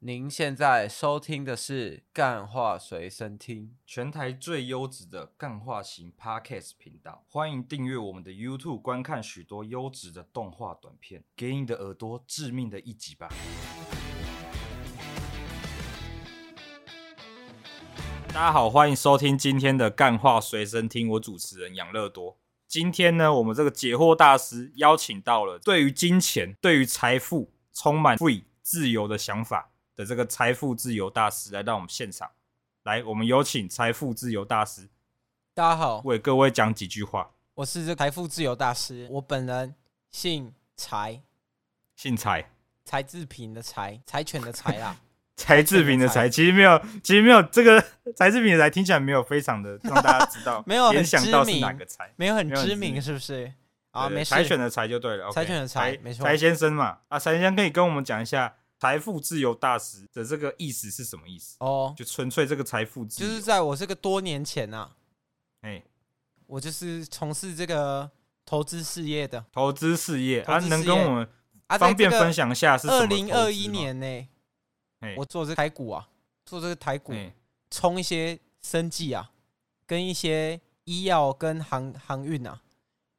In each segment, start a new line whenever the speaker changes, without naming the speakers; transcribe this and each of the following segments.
您现在收听的是《干话随身听
全台最优质的干化型 Podcast 频道，欢迎订阅我们的 YouTube，观看许多优质的动画短片，给你的耳朵致命的一击吧！》。大家好，欢迎收听今天的干话随身听，我主持人养乐多。今天呢，我们这个解惑大师邀请到了对于金钱、对于财富充满 free 自由的想法的这个财富自由大师来到我们现场。来，我们有请财富自由大师
大家好，
为各位讲几句话。
我是这财富自由大师，我本人姓柴，
姓 财，
柴志平的柴，柴犬的 柴啦。
柴制品的 柴，其实没有，其实没有这个 柴制品的柴，听起来没有非常的让大家知道
，没有很
联想到
知
是
名
哪个柴
没有很
没有很
知
知名
名是不是？啊，
对
没事。
柴犬的柴就对了，OK，
柴犬的柴没错
柴先生嘛，啊，柴先生可以跟我们讲一下财富自由大师的这个意思是什么意思？
哦，
就纯粹这个财富自
就
由，
是在我这个多年前啊，
哎，
我就是从事这个投资事业的
投资事业
投
啊，
资
能
事
跟
业
我们
啊。
方便分，享一下是什么
二
投资
零
吗？
二一年呢
嘿，
我做这个台股啊，做这个台股
哎，
冲一些生计啊，跟一些医药跟航航运啊，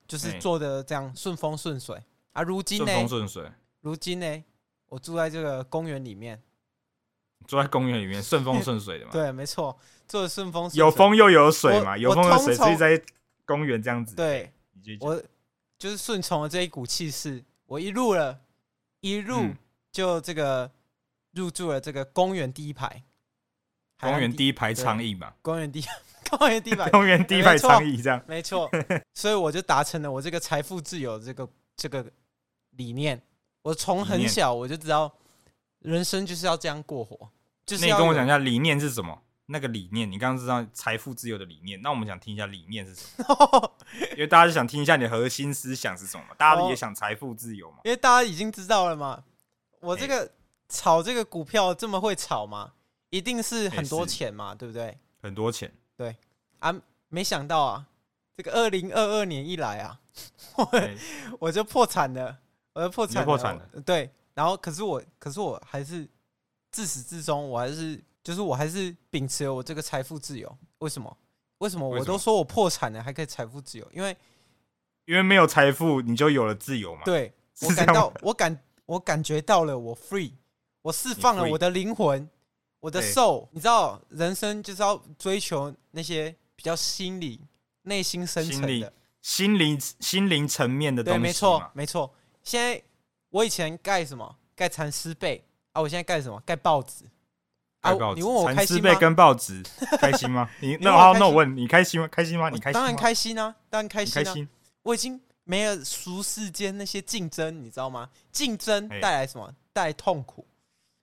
就是
哎
做的这样顺风顺水啊。如今
顺
呢，
风顺水，
如今呢，我住在这个公园里面，
坐在公园里面顺风顺水的 嘛，
对，没错，做的顺风顺水
啊有，风又有水
我
嘛，
我
有风有水，所
通
以
常
在公园这样子，
对
你继续讲，
我就是顺从了这一股气势，我一路了，一路
嗯
就这个入住了这个公园第一排，海
公
岸
园第一排
对
倡议嘛，
公园第一 公园第一排，
公园第一排
没错
倡议这样，
没错，所以我就达成了我这个财富自由这个这个理念。我从
理
很
念
小我就知道，人生就是要这样过活，就是
那你
要
跟我
有
讲一下理念是什么？那个理念，你刚刚知道财富自由的理念，那我们想听一下理念是什么？因为大家就想听一下你的核心思想是什么嘛，大家
哦
也想财富自由嘛。
因为大家已经知道了嘛，我
哎
这个炒这个股票这么会炒嘛，一定是
哎
很多钱嘛，对不对？
很多钱，
啊，没想到啊，这个二零二二年一来啊， 我
哎
我就破产了，我就破产了，
你就破产了
对，然后可是我，可是我还是自始至终，我还是就是我还是秉持了我这个财富自由。为什么？为什么
为
我
什么
都说我破产了还可以财富自由？因为
因为没有财富，你就有了自由嘛。，
对我
是这样
感到
吗，
我感我感觉到了，我 free，我释放了
free
我的灵魂，我的
对
soul。你知道，人生就是要追求那些比较心理、内心深层
心理
的。
心灵心灵层面的东
对，
西嘛。
没错，没错。现在我以前盖什么？盖蚕丝被啊！我现在盖什么？盖报纸。啊
盖报，纸
你问我开
蚕丝
心
被
吗？
跟报纸开心吗？你
问
那
我
好，
开
那我
心
问你开心吗？开心吗？
我
你开心吗？
当然开心啊，当然开
你
心
开
啊！
心。
我已经没有俗世间那些竞争，你知道吗？竞争
哎
带来什么？带来痛苦。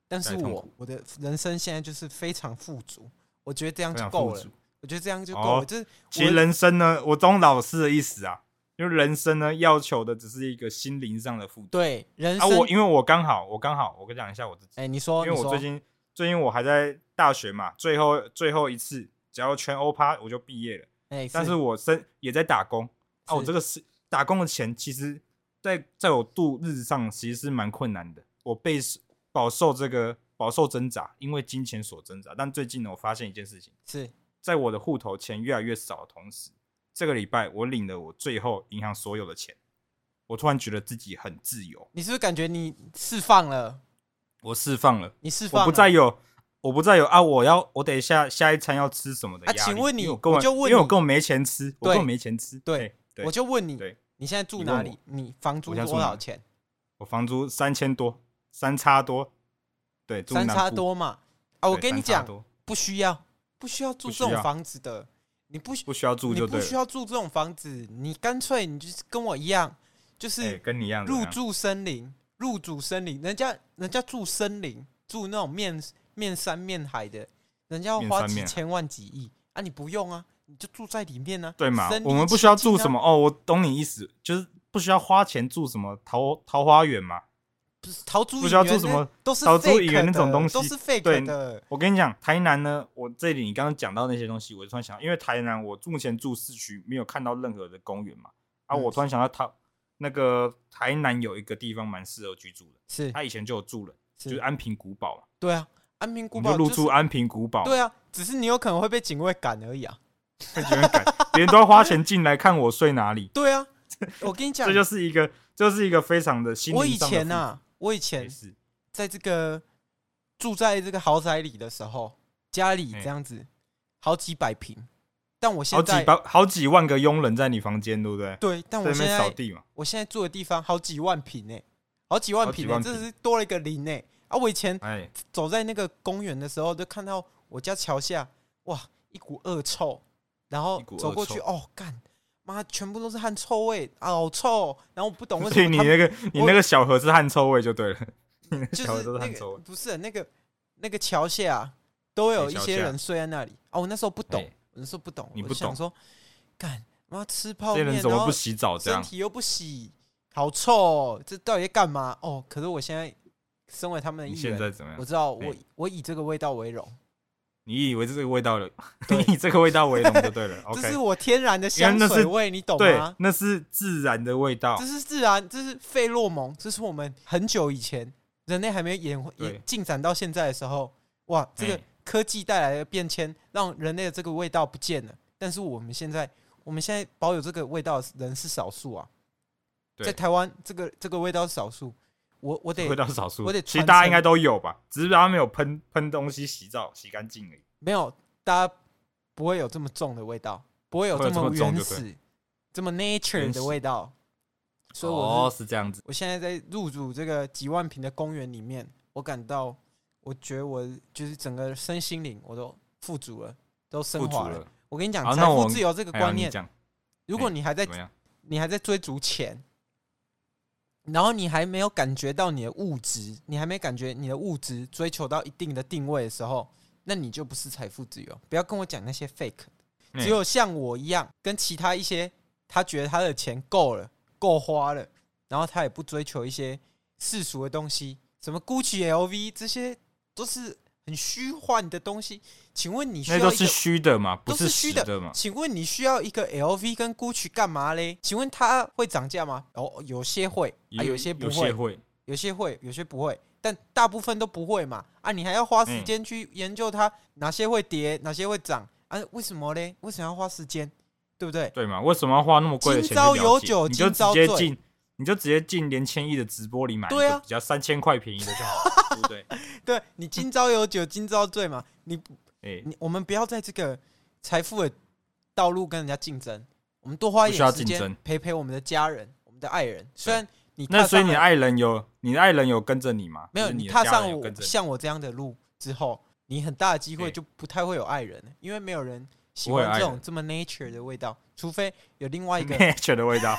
但是
带来痛
我我的人生现在就是非常富足，我觉得这样
非
就
常
够
富
了
足。。
我觉得这样就够
哦
了，就是
其实
我
人生呢，我懂老师的意思啊，就是人生呢要求的只是一个心灵上的富足。
对人
啊，
生。
我因为我刚好，我刚好，我跟你讲一下我自己，
哎，你说，
因为我
你说
最近最近我还在大学嘛，最后最后一次，只要全欧趴我就毕业了，
哎，
但是我身也在打工啊，
是
我这个是打工的钱，其实在在我度日子上其实是蛮困难的，我被饱受这个饱受挣扎，因为金钱所挣扎。但最近呢，我发现一件事情，
是
在我的户头钱越来越少的同时，这个礼拜我领了我最后银行所有的钱，我突然觉得自己很自由，
你是不是感觉你释放了？
我释放了。
你释放
我
了
不再有，我不再有啊！我要，我等一下下一餐要吃什么的
啊
压力
请问你
因为我根本
我就问你
因为我根本没钱吃，我
对
根本没钱吃。
对
哎对，
我
我
就问你
对，
你现在住
你
哪
问
里？你房租
我现在住
多
哪
少
里
钱？
房租三千多，三差多，对，住
三
南
差
部，
多嘛？啊，我
对
跟你
三差
讲，
多
不需要，不需要
不
住这
需
种
要
房子的，你不需
不需要住
你
就
不
对
需
了。
要住这种房子，你干脆你就是跟我一样，就
哎，
是
跟你一样怎
入
样
住森林，入主森林，人家人家住森林，住那种面面山面海的，人家要
面
花
山
几
面海
千万几亿啊，你不用啊，你就住在里面啊，
对嘛
森？
我
林
们不
清
需要住
静啊
什么哦，我懂你意思，就是不需要花钱住什么桃桃花源嘛。
不是陶朱
不
影
需要
园
做什
那
么
都是
陶朱
fake
影园那种
的
东西
都是 fake
对
的。
我跟你讲，台南呢，我这里你刚刚讲到那些东西，我就突然想到，因为台南我目前住市区，没有看到任何的公园嘛，啊，
嗯
我突然想到他那个台南有一个地方蛮适合居住的，
是
他以前就有住人，
是
就是安平古堡嘛，
对啊，安平
我
古
们
堡
就入
是
住安平古堡，
对啊，只是你有可能会被警卫赶而已啊。
被别人赶，别人都要花钱进来看我睡哪里，
对啊，我跟你讲
这，就是一个，就是一个非常的哎心
我
灵
以
上
前
呐、
啊，我以
也
前
是
在这个住在这个豪宅里的时候，家里这样子好几百平，但我
哎好
现
几
在
百好几万个佣人在你房间，对不对？
对，但
在那
我现
边扫
在
地嘛，
我现在住的地方好几万平呢，好几万平
好
呢，
几万
这
平
是多了一个零呢。啊，我以前
哎，
走在那个公园的时候，就看到我家桥下，哇，一股恶臭，然后
一股恶
走过去，
臭
哦，干，妈，全部都是汗臭味，啊好臭哦！然后我不懂为
所
什
以
么
你
他
那
们
个你那个小盒是汗臭味就对了，你那
就
小盒
是
都是
那
汗臭
个
味，
不是那个那个桥下、啊、都有一
桥
些
下
人睡在那里啊，我那时候不懂，
哎
我那时候不懂，
你
我
不
想
懂
说，干，妈吃泡
这些
面，
人怎
然
么
后
不洗澡这
身
样？
体又不洗，好臭、哦，这到底在干嘛？哦，可是我现在身为他们的
你
一
现
员，
在怎么
我
样？
知道我
哎
我以这个味道为荣。
你以为是这个味道了？
对
你以这个味道为荣就对了。
这
OK，
是我啊天然的香
因为那
水
是
味，你懂
对
吗，？
那是自然的味道
这。是自然，这是费洛蒙，这是我们很久以前人类还没有演
对
演进展到现在的时候，哇，这个
哎
科技带来的变迁让人类的这个味道不见了，但是我们现在。我们现在保有这个味道的人是少数啊，
对
在台湾这个这个味道是少数，我我得
味道少数
我得，
其实
传
大家
承
应该都有吧，只是他没有喷喷东西洗澡洗干净而已。
没有，大家不会有这么重的味道，不会有
不会
这
有这么重
原
就
始、这么
原
nature
始
的味道，所以我是
哦是这样子，
我现在在入住这个几万平的公园里面，我感到，我觉得我就是整个身心灵我都富足了，都
不
升
足
华
了。。
我跟你讲
好，那
财富
我
自由这个
哎呀
观
你
念，
讲哎
如果你还在
怎么样？
你还在追逐钱，然后你还没有感觉到你的物质，你还没感觉你的物质追求到一定的定位的时候，那你就不是财富自由。不要跟我讲那些 fake，
嗯
只有像我一样，跟其他一些他觉得他的钱够了，够花了，然后他也不追求一些世俗的东西，什么 GUCCI、LV 这些都是很虚幻的东西。请问你需
那
要
都
一个
是虚的嘛，不
都是虚
实
的
的嘛？
请问你需要一个 LV 跟 GUCCI 干嘛嘞？请问它会涨价吗？哦，有些会，啊，有些不
有
会
些，会，
有些会，有些不会，但大部分都不会嘛。啊，你还要花时间去研究它哪些会
嗯
跌，哪些会涨啊？为什么嘞？为什么要花时间？对不对？
对嘛？为什么要花那么贵的钱去
今朝
了解？
有酒
你就
今
直
朝
接
醉
进，你就直接进连千亿的直播里买一
对啊
个比较三千块便宜的就好了，对 不对？
对你今朝有酒今朝醉嘛。你不
哎，
你我们不要在这个财富的道路跟人家竞争，我们多花一
不需要
点时
竞
间
争
陪陪我们的家人、我们的爱人。虽然你
那
踏
所以
上
你
了
的爱人有，你的爱人有跟着你吗？
没有，
就是
你
你的
踏
家
上
人有
我
跟着你
像我这样的路之后，你很大的机会
对
就不太会有爱人了，因为没有人喜
不会有
欢这
爱
种
人
这么 nature 的 味道，除非有另外一个，
nature 的味道。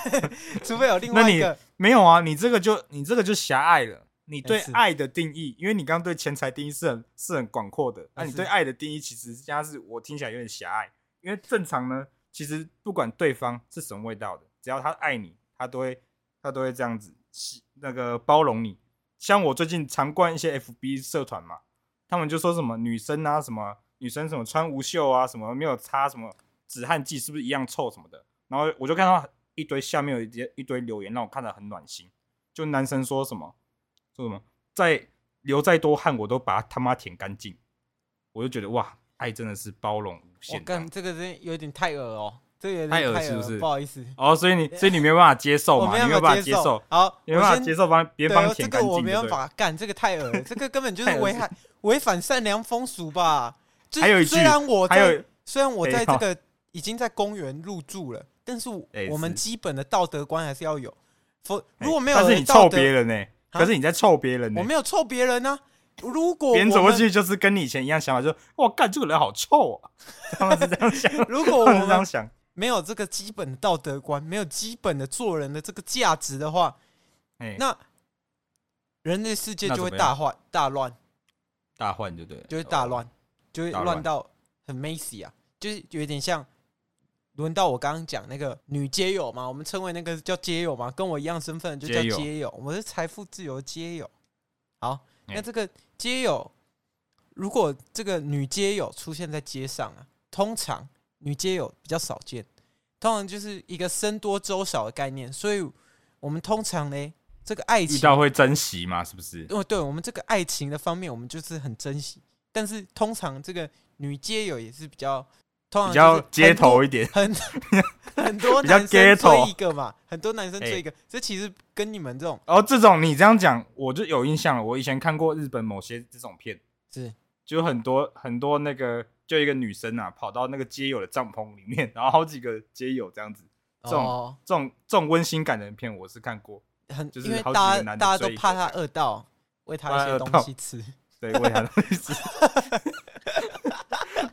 除非有另
那
外
你
一个，
没有啊，你这个就你这个就狭隘了。你对
是
爱的定义，因为你刚刚对钱财定义是很是很广阔的，那、
是
你对爱的定义其实现在是我听起来有点狭隘，因为正常呢，其实不管对方是什么味道的，只要他爱你，他都会他都会这样子喜那个包容你。像我最近常逛一些 FB 社团嘛，他们就说什么女生啊，什么女生什么穿无袖啊，什么没有擦什么止汗剂，是不是一样臭什么的？然后我就看到一堆下面有一些一堆留言，让我看得很暖心。就男生说什么说什么，再流再多汗，我都把它他妈舔干净。我就觉得哇，爱真的是包容无
我
限啊这
干
样。
这个真有点太恶哦，这个有点
太恶
太
是不
恶
是
不好意思，
哦，所以你所以你没有办法接受
啊我
嘛，
没
你没有办法接受
受，。好，
你没有办
我
法
先
接受帮别人帮
对，啊
你
这
舔干
个
净，
我没
对
办
不对。
法干，这个太恶了，这个根本 就是
太恶
危
心
害违反善良风俗吧。就
还有一
是
句
虽然我
还
在
有
虽然我
哎
在这
好
个已经在公园入住了，但是我
哎
我们
是
基本的道德观还是要有。否
哎
如果没有
但是
人
你
道
臭
德，
别人呢？
啊
可是你在臭别人呢
我？没有臭别人呢、如果
别人走
我
过
们
去就是跟你以前一样想法，就哇干这个人好臭啊， 他们是这样想，
如果 我
他们是这样
们
想。
没有这个基本的道德观，没有基本的做人的这个价值的话，
哎，
那人类世界
那
就会
怎么
大坏大乱。
大换就对了，
就会大乱，就会
大
乱
乱
到很 messy 啊，就是有点像轮到我刚刚讲那个女街友嘛，我们称为那个叫街友嘛，跟我一样身份的就叫
街友
街友，我是财富自由的街友。好，那
哎
这个街友，如果这个女街友出现在街上啊，通常女街友比较少见，通常就是一个僧多粥少的概念，所以我们通常呢这个爱
遇
情，
到会珍惜嘛，是不是？
哦，对我们这个爱情的方面，我们就是很珍惜。但是通常这个女街友也是比较，通常
比
就是
较
很
街
多
头一点，
很很多
比较哎
男生
ghetto
追一个嘛，很多男生追一个，这其实跟你们这种
然后哦这种你这样讲，我就有印象了。我以前看过日本某些这种片，
是
就很多很多那个，就一个女生啊，跑到那个街友的帐篷里面，然后好几个街友这样子，这种
哦，
这种这种温馨感人片我是看过。
很
就是
因为
好几个
大家
男的
大家
追
都
一个
怕他饿到，喂他一
怕他
些
饿
东
到
西吃。
对，我也看到一次。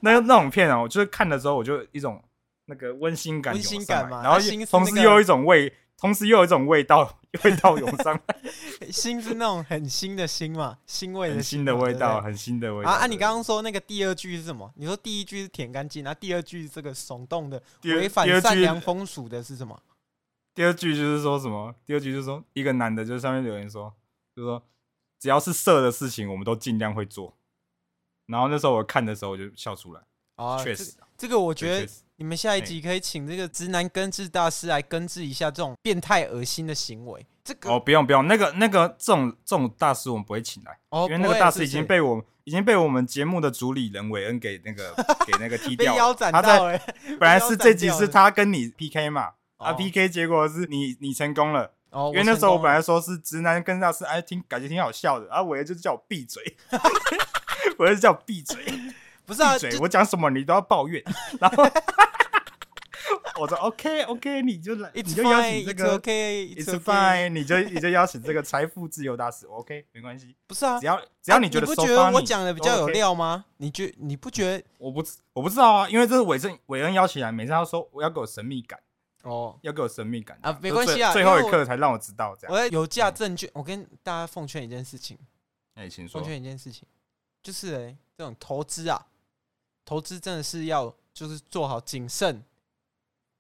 那那种片啊，我就是看的时候，我就一种那个温馨感涌上来，
温馨感嘛
然后
它心
又
思
同
那
时
个
又有一种味，同时又有一种味 道，味道涌上来，
腥是那种很腥的腥嘛，腥味的
很
腥
新的
嘛
味道，。
对不对
很新的味道。
啊啊！你
对
刚刚说那个第二句是什么？你说第一句是舔干净，然后第二句是这个耸动的、
第二
违反
第二句
善良风俗的是什么？
第二句就是说什么？第二句就是说一个男的，就是上面留言说，就说只要是色的事情，我们都尽量会做。然后那时候我看的时候，我就笑出来，
啊，
确、
这
实，
这个我觉
对确
得
实，
你们下一集可以请这个直男根治大师来根治一下这种变态恶心的行为。这个
哦，不用不用，那个那个这种这种大师我们不会请来，
哦，
因为那
不
个
会
大
是
师
不
已经
是
被我已经被我们节目的主理人韦恩给那 个给那个踢
被
掉
腰
了。
斩
他在
到哎，
本来是这集
腰斩掉
是
了
他跟你 PK 嘛，啊
哦
PK 结果是你你成功了，
哦，
因为那时候我本
来
来说是直男跟大师，哎，挺感觉挺好笑的，啊，我也就叫我闭嘴， 我就叫我闭 嘴，
不是啊，
闭
就
嘴，我讲什么你都要抱怨， 然后我说 OK OK，你就来，你
it's
就邀请
fine，
这
it's
个
OK，
It's fine，你就你就邀请这个财富自由大使，OK，没关系，
不是啊
只，要只要
啊
你觉得
不
so
觉得
funny，
我讲的比较
都
有
OK
料吗？你觉你不 觉得
我不知我不知道啊，因为这是韦正韦恩邀请来，每次他说我要给我神秘感，
哦？
要给我神秘感
啊
就
没关系啊
最
因为
最后一
我
刻才让我知道这样。
我要有
嗯
价证券，我跟大家奉劝一件事情，
哎，请说
奉，劝一件事情，就是哎、这种投资啊，投资真的是要就是做好谨慎，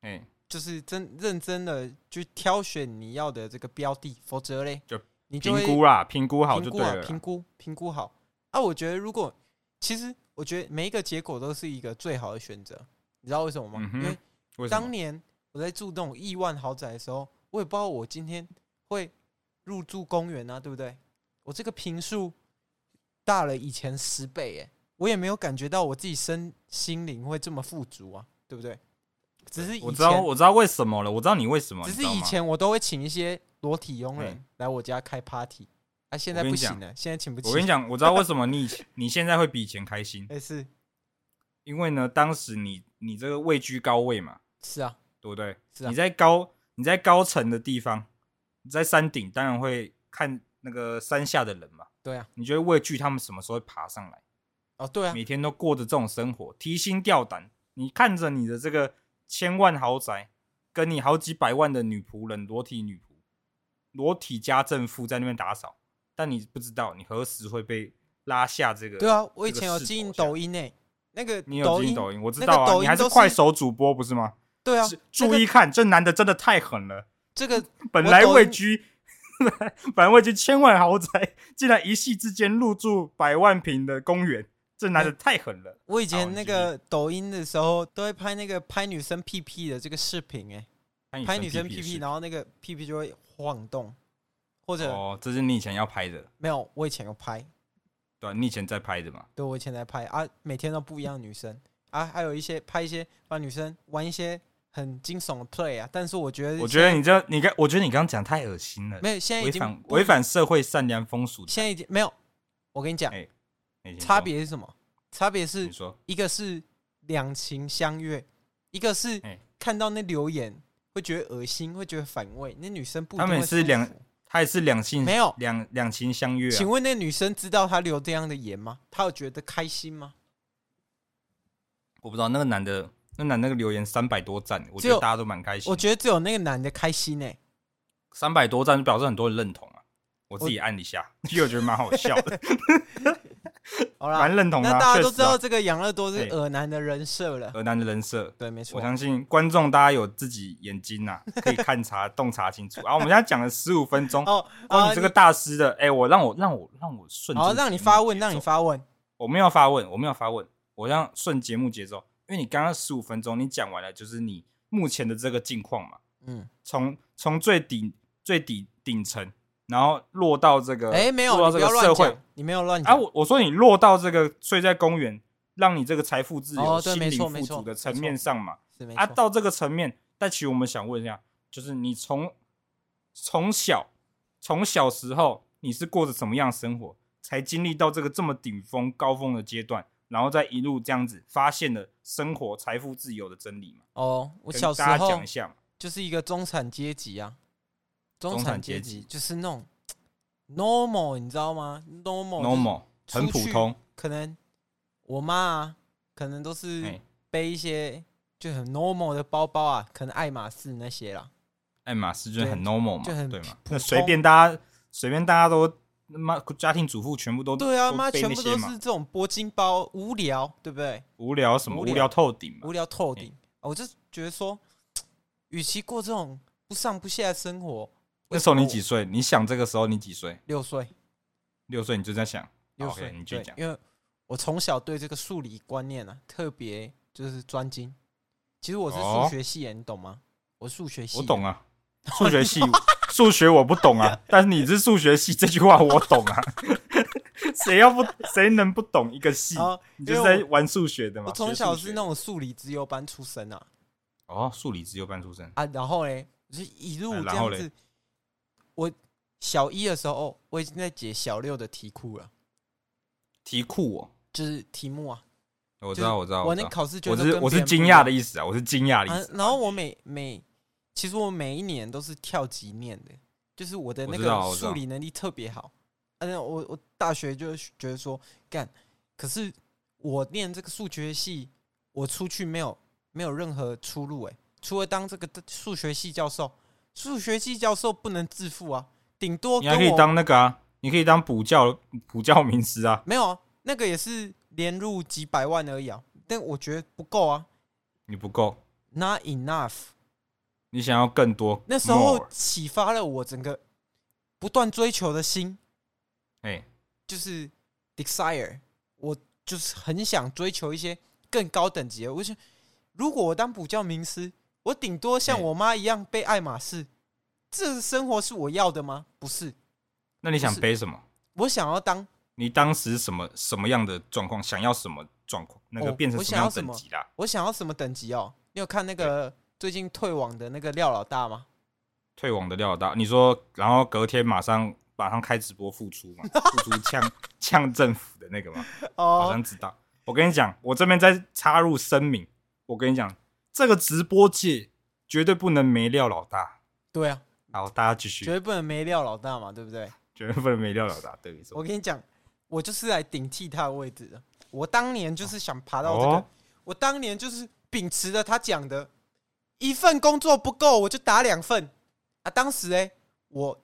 哎，
就是真认真的去挑选你要的这个标的，否则嘞，
就
你就
评
会
估啦，评估好
评
就
估
对
啊，
了啦。
评估评估好啊。我觉得如果其实我觉得每一个结果都是一个最好的选择，你知道为什么吗
嗯？哼
因为
为什
当
么？
年我在住那种亿万豪宅的时候，我也不知道我今天会入住公园啊，对不对？我这个平数大了以前十倍，哎，我也没有感觉到我自己身心灵会这么富足啊，对不对？只是以前
我知道我知道为什么了，我知道你为什么，
只
哦你
是
知道
以
吗
前我都会请一些裸体佣人
嗯
来我家开 party，啊，现
我
在
跟
不
你讲
行了，现在请不起。
我跟你讲，我知道为什么你以前你现在会比以前开心，
哎，是
因为呢，当时你你这个位居高位嘛，
是啊，
对不对？
是啊
你在高你在高层的地方，你在山顶当然会看那个山下的人嘛，
对啊，
你就会畏惧他们什么时候会爬上来，
哦对啊，
每天都过着这种生活，提心吊胆。你看着你的这个千万豪宅，跟你好几百万的女仆人、裸体女仆、裸体家政妇在那边打扫，但你不知道你何时会被拉下这个。
对啊，我以
这个
前有
势
经营
头下
抖音诶，那个
你有
抖
经营
音
抖音，我知
那
道
个
啊，
抖
你
音
还是
都是
快手主播不是吗？
对啊
是，
那
注
个
意看，这男的真的太狠了。
这个
本
我
来
抖
位
音
居， 本来位居千万豪宅，竟然一夕之间入住百万平的公园，这男的太狠了。
我以
好
前
你
那
继续
个抖音的时候，都会拍那个拍女生屁屁的这个视频、欸，拍女生屁屁，然后那个屁屁就会晃动，或者、
哦，这是你以前要拍的，
没有，我以前有拍，
对啊吧，你以前在拍的嘛？
对我以前在拍啊，每天都不一样的女生啊，还有一些拍一些把女生玩一些很惊悚的 play 啊，但是我觉得
我觉得你这，你刚，我觉得你刚刚讲太恶心了，
没有，现在已
违
经
反
不
违，反社会善良风俗的。
现在已经没有，我跟你讲
哎，哎
差，别是什么？差别是
你说
一个是两情相悦，一个是
哎
看到那留言会觉得恶心，会觉得反胃。那女生不一
他
定
们
会
也是
舒
两
服
他也是两性
没有
两两情相悦
请
啊。
问那女生知道他留这样的言吗？她有觉得开心吗？
我不知道那个男的，那男的那个留言三百多赞，我觉
只有
得大家都蛮开心的。
我觉得只有那个男的开心哎、
三百多赞就表示很多人认同啊。我自己按了一下， 因为我觉得蛮好笑的，
好啦，
蛮认同的、
那
啊。
大家都
确
知
实啊
道这个养乐多是
哎
恶男的人设了。
河南的人设，
对，没错
我。相信观众大家有自己眼睛呐、可以看察、 洞察清楚。啊，我们现在讲了十五分钟，
哦，
关
啊
于这个大师的，哎、我让我让我让我顺，
你好，让你发问，让你，发问。
我没有发问，我没有发问，我让顺节目节奏，因为你刚刚十五分钟你讲完了，就是你目前的这个近况嘛，
嗯，
从从最顶最底顶层，然后落到这个，
哎，没有，
落
你
呃到这
不要
个
乱
社会
讲，你没有乱
啊，
讲。
我我说你落到这个睡在公园，让你这个财富自由、
哦对
心
没错
灵
没
富
错
足的
没
层
错
面上嘛。
是没
啊，
错
到这个层面，但其实我们想问一下，就是你从从小从小时候你是过着什么样的生活，才经历到这个这么顶峰高峰的阶段，然后再一路这样子发现了生活财富自由的真理嘛？
哦，我
跟
小时
大家
候
讲一下嘛，
就是一个中产阶级啊，中
中
产
产
阶
阶
级
级
就是那种 normal，你知道吗？normal 哦就是
normal 很
出
普
去
通，
可能我妈啊，可能都是
哎
背一些就很 normal 的包包啊，可能爱马仕那些啦。
爱哎马仕就是
对
很 normal 嘛，
就很
对嘛？
普
那随
通
便大家随便大家都妈家庭主妇全部都
对啊，
都
妈，
背
全
那
部
些
都
嘛
是这种铂金包，无聊，对不对？
无聊什么
无
无
聊
聊透顶嘛
无，聊透顶、啊我就觉得说，与其过这种不上不下的生活，
那时候你几岁？你想这个时候你几岁？
六岁，
六岁你就在想，
六
OK，
岁
你继续
对
讲，
因为我从小对这个数理观念啊，特别就是专精。其实我是
哦
数学系的，你懂吗？我数学系，
我懂。啊，数学系数学我不懂啊，但是你是数学系这句话我懂啊， 谁要不谁能不懂一个系？
啊，
你
因
就是
为
在玩数学的
我
嘛。
我从
学
小
数学
是那种数理资优班出身啊
哦，数理自由班出身，
啊，然后嘞，我就一路
哎
这
然后
样
嘞
子。我小一的时候，我已经在解小六的题库了，
题库哦，
就是题目啊。
我
我
知道我知道，
我
哦我
那
知道
考试就
我是我是惊讶的意思啊，我是惊讶的意
啊
思，。
然后我每每，其实我每一年都是跳级念的，就是我的
我
那
知道
个
我知道
数理能力特别好。嗯、啊，我我大学就觉得说干，可是我念这个数学系，我出去没有没有任何出路哎、除了当这个数学系教授，数学系教授不能致富啊，顶多
你还可
跟
以
我
当那个啊，你可以当补教补教名师啊，
没有啊，那个也是年入几百万而已啊，但我觉得不够啊
你不够，
，not enough。
你想要更多。
那时
more
候启发了我整个不断追求的心，
哎，
就是 desire，我就是很想追求一些更高等级的。我就如果我当补教名师，我顶多像
哎
我妈一样背爱马仕，这生活是我要的吗？不是，
那你想
不是
背什么？
我想要当
你当时什么什么样的状况，想要什么状况，那个
哦
变成
我
什么
想
样
要
的等
什么
级啦？
我想要什么等级哦？你有看那个最近退网的那个廖老大吗？
退网的料到，你说，然后隔天马上马上开直播付出嘛，付出呛呛政府的那个嘛，好
哦
像知道。我跟你讲，我这边再插入声明，我跟你讲，这个直播界绝对不能没料老大。
对啊，
好，大家继续
绝，对不能没廖老大嘛，对不对？
绝对不能没料老大。对，没错
我跟你讲，我就是来顶替他的位置的。我当年就是想爬到这个，
哦，
我当年就是秉持了他讲的，一份工作不够，我就打两份啊。当时哎，我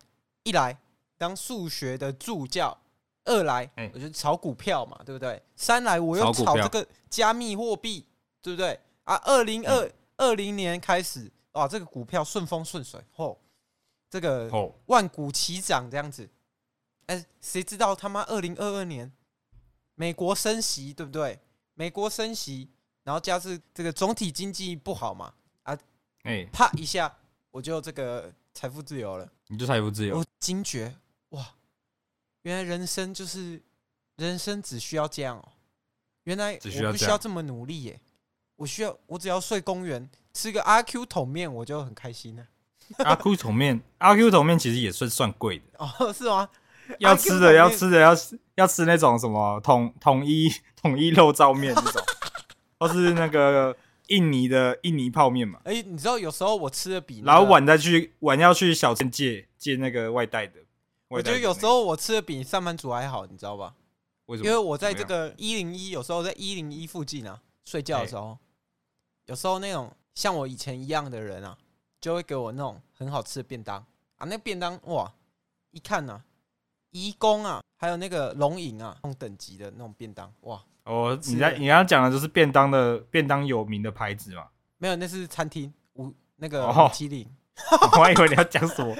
一来当数学的助教，二来、
哎
我就炒股票嘛，对不对？三来我
炒
又
股
炒
票
这个加密货币，对不对？啊，二零二二零年开始，哇，这个股票顺风顺水，吼、这个
哦，
万股齐涨这样子。哎，谁知道他妈二零二二年美国升息，对不对？美国升息，然后加之这个总体经济不好嘛，
哎，
啪一下我就这个财富自由了。
你就财富自由
我，惊觉哇，原来人生就是人生只需要这样哦。原来
只需要
我不需
这样
要这么努力耶，我需要我只要睡公园吃个阿 Q 桶面我就很开心了。
阿 Q 桶面，阿 Q 桶面其实也算算贵的。
哦，是吗？
要吃的要
吃。
吃的要吃要吃那种什么统统一统一肉燥面那种，或是那个印尼的印尼泡面嘛。
哎、你知道有时候我吃的比、那
然后
个
晚再去晚要去小店借借那个外带的，
我
外带
觉
的
得有时
那个
候我吃的比上班族还好，你知道吧？
为什
因
么？
为我在这
怎么哎
个一零一，有时候在一零一附近啊睡觉的时候，有时候那种像我以前一样的人啊，就会给我那种很好吃的便当啊，那便当哇，一看呐、啊，义工啊，还有那个龙吟啊，那种等级的那种便当哇，
哦，
吃
你在
的
你刚刚讲的就是便当的便当有名的牌子嘛，
没有，那是餐厅五那个
哦
米其林，
我还以为你要讲什么，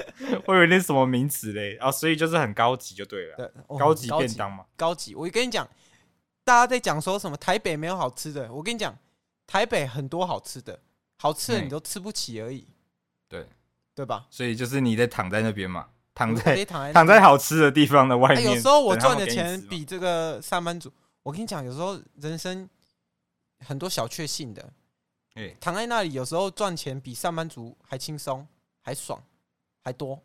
我以为那是什么名词嘞啊，所以就是很高级就对了，
对，哦
高
很
级便当嘛。
高级。我跟你讲，大家在讲说什么台北没有好吃的，我跟你讲，台北很多好吃的，好吃的
嗯
你都吃不起而已，
对，
对吧？
所以就是你在躺在那边嘛，躺
我直接
在
躺在
躺在好吃的地方的外
哎
面。
有时候我
等他
赚
们
的
给你
钱
吃嘛
比这个上班族，我跟你讲，有时候人生很多小确幸的，
哎
躺在那里有时候赚钱比上班族还轻松、还爽、还多。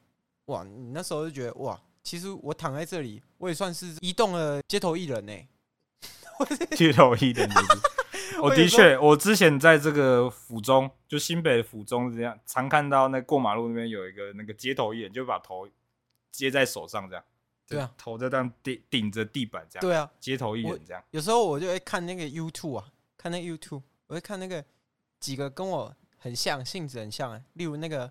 哇，你那时候就觉得哇，其实我躺在这里，我也算是移动了街头艺人呢、欸
去头一点， 就是我
我
的
有时候
确，我之前在这个府中，就新北的府中是这样，常看到那过马路那边有一个那个街头艺人，就把头接在手上这样，
对啊，
头在这样顶顶着地板这样，
对啊，
街头艺
我
人这样，
有时候我就会看那个 YouTube 啊，看那个 YouTube，我会看那个几个跟我很像、性质很像、欸，例如那个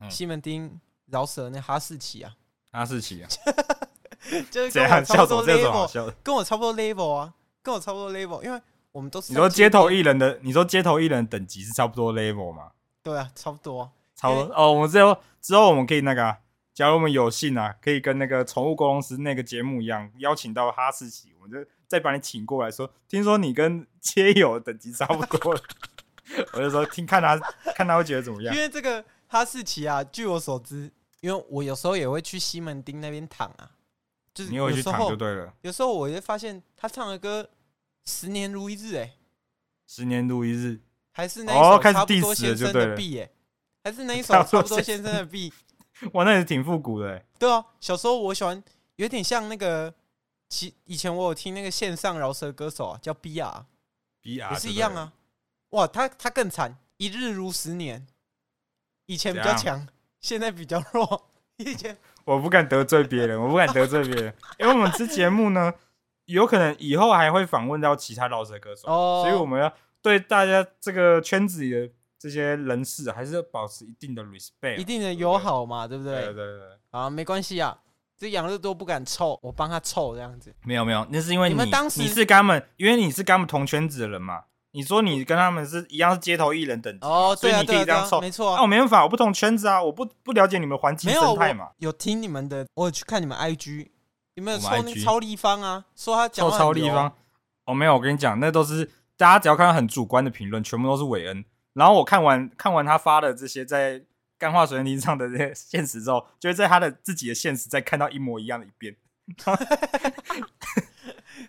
嗯
西门町饶舌那哈士奇 啊，
哈士奇啊，
就是
这
跟我
样
差
笑
不
什么
多
这有什么好
level，
笑的？
跟我差不多 level 啊，跟我差不多 level，因为我们都是
你说
在
街头
边
艺人的，你说街头艺人等级是差不多 level 吗？
对啊，差不多啊、
差不多哦。我们之后之后我们可以那个啊、假如我们有幸啊，可以跟那个宠物公司那个节目一样，邀请到哈士奇，我们就再把你请过来说，听说你跟街友等级差不 多了，我就说听看他看他会觉得怎么样
因。为这个哈士奇啊，据我所知，因为我有时候也会去西门町那边躺啊，就是
你有
有
去
时
躺
候
就对了，
有时候我就发现他唱的歌十年如一日、欸，
十年如一日，
还是那一
哦
首
开始
差不多
diss 了
先
就
生
对
的
了
B 哎、还是那一首
差不
差
多
不多
先
先生的 B，
哇，那也挺复古的欸。
对啊，小时候我喜欢，有点像那个，其以前我有听那个线上饶舌歌手啊，叫 B R，
B R
也是一样啊，哇，他他更惨，一日如十年，以前比较
怎
强，现在比较弱， 以前
我不敢得罪别人，我不敢得罪别 人，因为我们这节目呢，有可能以后还会访问到其他饶舌歌手，
哦
所以我们要对大家这个圈子里的这些人士，啊还是要保持一定的 respect，啊
哦一定的友。好嘛，对不
对对
对？
对对对，
啊，没关系啊，这养乐多不敢凑，我帮他凑这样子，
没有没有，那是因为
你们当时
你是跟他们，因为你是跟他们同圈子的人嘛，你说你跟他们是一样是街头艺人等级，
哦，
所
对
以
啊，
你可以这
对啊，对
样
啊
凑
没错
那、我没办法，我不同圈子啊，我不不了解你们环境
没有
生
我
态嘛。
有听你们的，我有去看你们 IG，有没有
我们
说那
IG
超立方啊？说他讲
臭
话
超
很
立
油
方，哦，没有，我跟你讲，那都是大家只要看到很主观的评论，全部都是韦恩。然后我看完看完他发的这些在干化水泥上的这些现实之后，就会在他的自己的现实再看到一模一样的一遍，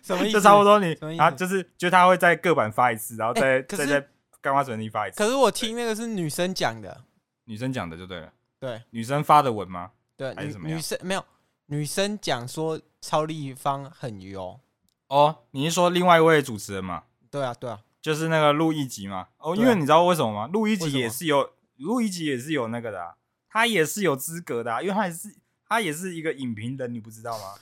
什么意思？
就差不。多你
什么意思
啊，就是就他会在各版发一次，然后再、
哎可
再
是
在干化水泥发一次。
可是我听那个是女生讲的，
女生讲的就对了，
对
女生发的文吗？
对，
还是怎么
女
样
女生没有女生讲说超立方很油，
哦，你是说另外一位主持人吗？
对啊对啊，
就是那个录一集嘛。哦，
对啊
因为你知道为什么吗？录一
为
集
什么
也是有，录一集也是有那个的、啊，他也是有资格的、啊，因为他也是他也是一个影评人，你不知道 吗？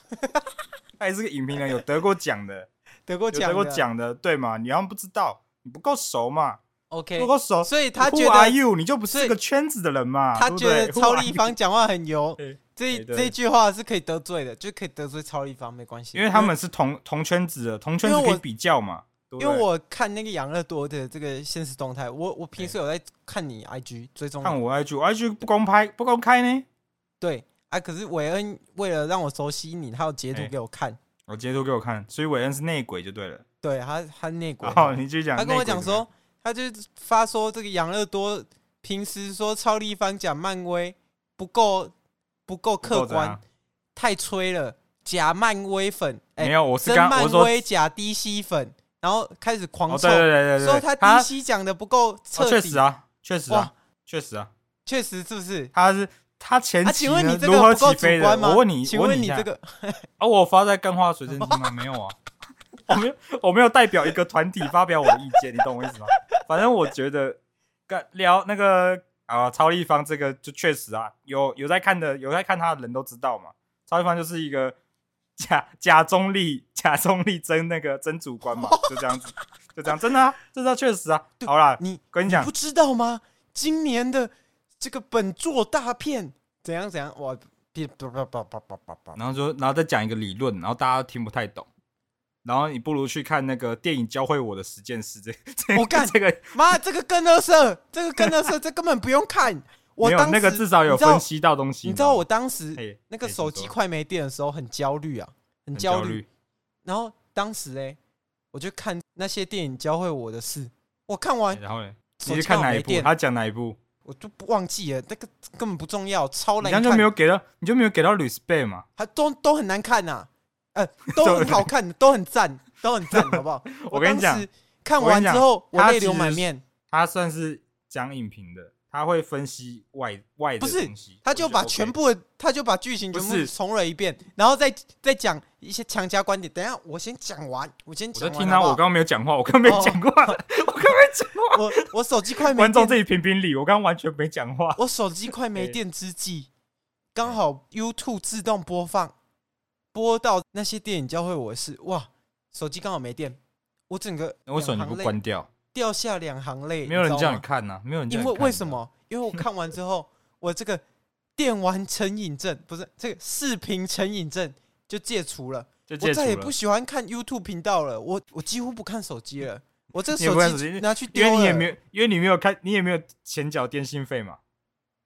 他也是个影评人，有得过奖的，
得过
有
奖
得
的
过奖的，对吗？你要不知道，你不够熟嘛，
，OK
不。够熟，
所以他觉
Who are
得
you？你就不
所
是
以
个圈子的人嘛，
他
对不
觉得
对 Who
超
are
立
you？
方讲话很油
对，
这
哎对
这句话是可以得罪的，就可以得罪超立方，没关系。
因为他们是同同圈子的，同圈子
嗯因为
可
我
以比较嘛，对不
因为
对
我看那个养乐多的这个现实动态，我我平时有在看你 IG 追踪你，
看我 IG，我 IG 不公开不公开呢，
对啊，可是韦恩为了让我熟悉你，他有截图
哎
给我看，
我截图给我看，所以韦恩是内鬼就对了。
对他他内鬼
然
嘛，
后哦你继续讲，
他跟我
内鬼
讲
怎么样
说，他就发说这个养乐多平时说超立方讲漫威不够不够
不够
客
怎样
观，太吹了，假漫威粉，哎、
没有，我是
真
刚我
漫
是说，
威假 DC 粉，然后开始狂
哦，
臭，
对对对对对，
说他
他
DC 讲的不够彻
哦确
底，
实啊，确实啊
哇，
确实啊，
确实是不是？
他是他前
啊，
期
请问
呢
你这
如何
个不
起
够主
飞的？
观吗？
我问你，
请
我
问
问你一下
这个
啊，我发在干话随身 听吗？没有啊，我没有，我没有代表一个团体发表我的意见，你懂我意思吗？ 反正我觉得干聊那个啊，超立方这个就确实啊，有有在看的，有在看他的人都知道嘛，超立方就是一个假假中立，假中立争那个争主观嘛，就这样子，就这样，真的啊，这倒确实啊。好啦，
你
跟你讲
不，知道吗？今年的这个本作大片怎样怎样，我别不不不不不不 不，
然后就然后再讲一个理论，然后大家听不太懂。然后你不如去看那个电影《教会我的十件事》这这
我干
这个
妈这个跟乐色，这个跟 乐色，这根本不用看。我
没有
当时
那个至少有
你知道
分析到东西。
你知道我
吗
当时
嘿
那个
嘿
手
请
机
说
快没电的时候很焦虑啊，很
很
焦
焦
虑。
虑，
然后当时嘞，我就看那些电影教会我的事，我看完
然后呢？
手
哎你
机
是看
刚好
哪一
没
部？
电，
他讲哪一部？
我就不忘记了，那个根本不重要，超
你这
难
样
看，
就没有给到，你就没有给到 respect 嘛？
还都都很难看呐、呃，都很好看，都很赞，都很赞，好不好？
我跟你
当
讲
时，看
我跟
完
你
之
讲
后，我
他
泪流
其
满
实
面。
他算是讲影评的，他会分析外外的
不是
东西，
他就
我觉得
把
OK
全部的，他就把剧情全
不
部
是
重了一遍，然后再再讲一些强加观点。等一下，我先讲完，我先
我
讲
在
完
听
好
他，
不好
我刚刚没有讲话，我刚刚没
哦
讲话，我刚刚没讲话。
我我手机快没
观众自
电，
己评评理，我刚刚完全没讲话。
我手机快没
对
电之际，刚好 YouTube 自动播放，播到那些电影教会我的事。哇，手机刚好没电，我整个
那为什么你
两行
不
泪
关掉？
掉下两行泪？
没有人
知道
叫
吗
你看呐、没有人叫
因
你
为
看。
为什？么？因为我看完之后，我这个电玩成瘾症不是这个视频成瘾症就戒除了。
就戒除
我再也
了
不，喜欢看 YouTube 频道了，我我几乎不看手机了，我这个
你也不看
手
手
机
机
拿去
因
丢了，
为你也没有，因为你没有看，你也没有前脚电信费嘛。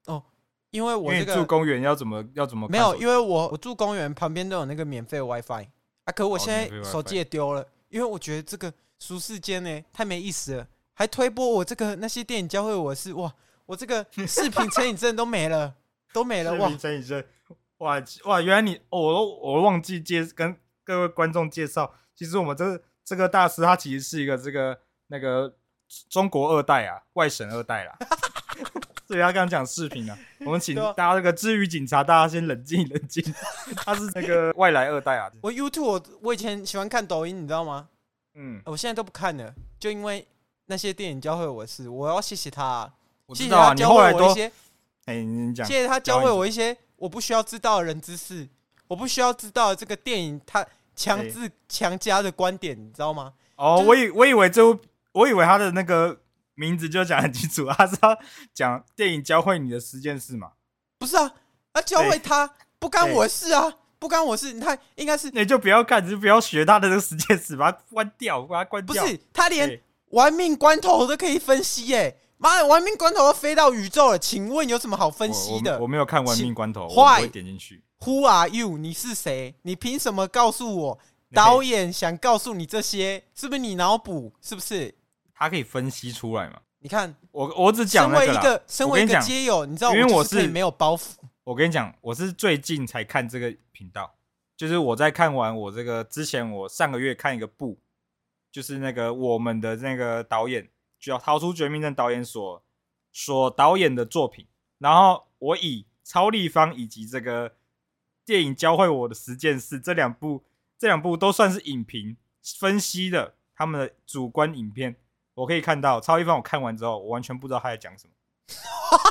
因为
因
我
为你
这
住
个
公园要怎么要怎么看
没有，
手机
因为我我住公园旁边都有那个免费的 WiFi 啊，可我
哦
现在
免费
手机也丢了，因为我觉得这个舒适间呢太没意思了，还推播我这个那些电影教会我是哇，我这个视频成瘾症都没了，都没 了
视
哇
频，成瘾症，哇哇，原来你，哦、我都我忘记介跟各位观众介绍，其实我们这个这个大师他其实是一个这个那个中国二代啊，外省二代啦。 所以他刚刚讲视频啊，我们请
对啊
大家这个治愈警察，大家先冷静冷静。 他是那个外来二代啊，
我 YouTube 我我以前喜欢看抖音，你知道吗？
嗯，
我现在都不看了，就因为那些电影教会我是，我要谢谢他、啊，
我
谢
知
谢
道
他
啊，你
教
后来
会
都
我一些。
哎、你你讲
谢谢他教会我一些我不需要知道的人知识，我不需要知道的这个电影他强制强加的观点，你知道吗？
哦，
就是
我以我以为这部，我以为他的那个名字就讲很清楚，他是要讲电影教会你的十件事嘛。
不是啊，啊，教会
对
他不干我的事啊，不干我事。你看，应 该是
那你就不要看，你就不要学他的这个十件事，把它关掉，把它关
不
掉。
是他连
对
玩命关头都可以分析耶、妈的，玩命关头都飞到宇宙了，请问有什么好分析
我
的
我我没有看《玩命关头》，我
请
不
坏
会点进去。
？Who are you？你是谁？你凭什么告诉我？导演想告诉你这些，是不是你脑补？是不是？
他可以分析出来嘛？
你看，
我我只讲
身
那
为
个
一
啦。
个身
我
为
跟
一
你
个
讲
街友，你知道，
因为
我
我
就是可以
是
没有包袱。
我跟你讲，我是最近才看这个频道，就是我在看完我这个之前，我上个月看一个部，就是那个我们的那个导演，就要逃出绝命镇导演所所导演的作品，然后我以超立方以及这个电影教会我的十件事这两部，这两部都算是影评分析的他们的主观影片，我可以看到超立方我看完之后，我完全不知道他在讲什么。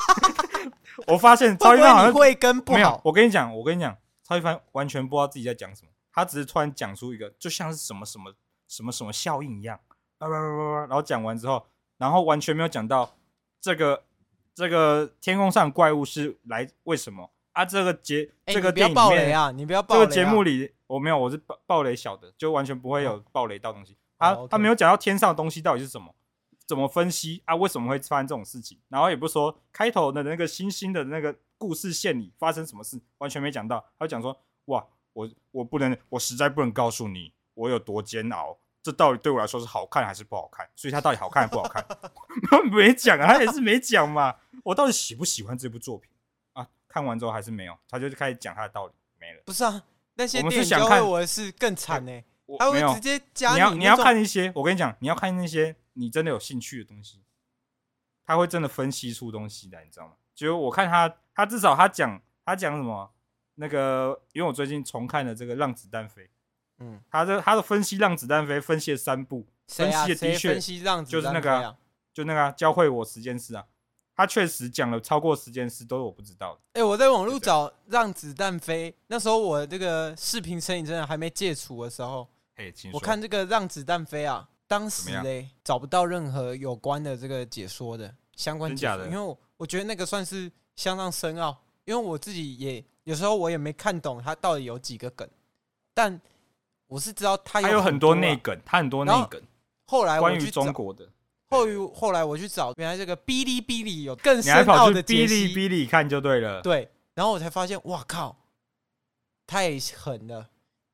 我发现超
会
立
不
方好
会
像
你会跟不
没有
好，？
我跟你讲，我跟你讲，超一凡完全不知道自己在讲什么，他只是突然讲出一个，就像是什么什么什么什么效应一样，啊叭叭叭叭然后讲完之后，然后完全没有讲到这个这个天空上的怪物是来为什么啊？这个节、
哎
这个
你不
电
要
影里
暴雷
面、
啊！你不要暴
这
雷、
个
啊。
节目里我没有，我是暴暴雷小的，就完全不会有暴雷到东西。他、
哦哦，OK
他没有讲到天上的东西到底是什么，怎么分析啊？为什么会发生这种事情？然后也不说开头的那个星星的那个故事线里发生什么事，完全没讲到。他就讲说，哇，我我不能，我实在不能告诉你我有多煎熬。这到底对我来说是好看还是不好看？所以它到底好看还是不好 看？没讲啊，他也是没讲嘛。我到底喜不喜欢这部作品啊？看完之后还是没有，他就开始讲他的道理，没了。
不是啊，那些
我们
电影
是想
教会
看
我的是更惨呢、
我
他
没
会
有
直接加
你要
你
你
那
要
种
看一些，我跟你讲，你要看那些你真的有兴趣的东西，他会真的分析出东西来，你知道吗？就我看他，他至少他讲他讲什么那个，因为我最近重看了这个《让子弹飞》，
嗯，
他的他的分析《让子弹飞》分析了三部，
谁
分
啊？
析的
谁
的
分
确
析让子
就是
弹
那个啊
飞啊？
就那个啊、教会我十件事啊，他确实讲了超过十件事，都是我不知道的。
哎、我在网络
就这
找《让子弹飞》，那时候我这个视频成瘾症还没戒除的时候，
嘿，请
我
说
看这个《让子弹飞》啊，当时
怎么样
嘞找不到任何有关的这个解说的相关
真
解
假
说，
的
因为我我觉得那个算是相当深奥，因为我自己也有时候我也没看懂它到底有几个梗，但我是知道它
他有很
多
多
啊
内。梗，他很多内
然后
梗，
后来我
关于
去
中
找，
国的，
后于后来我去找，原来这个哔哩哔哩有更
你还
深
跑
奥
去
的解
哔
析
哩哔哩看就对了。
对，然后我才发现，哇靠，太狠了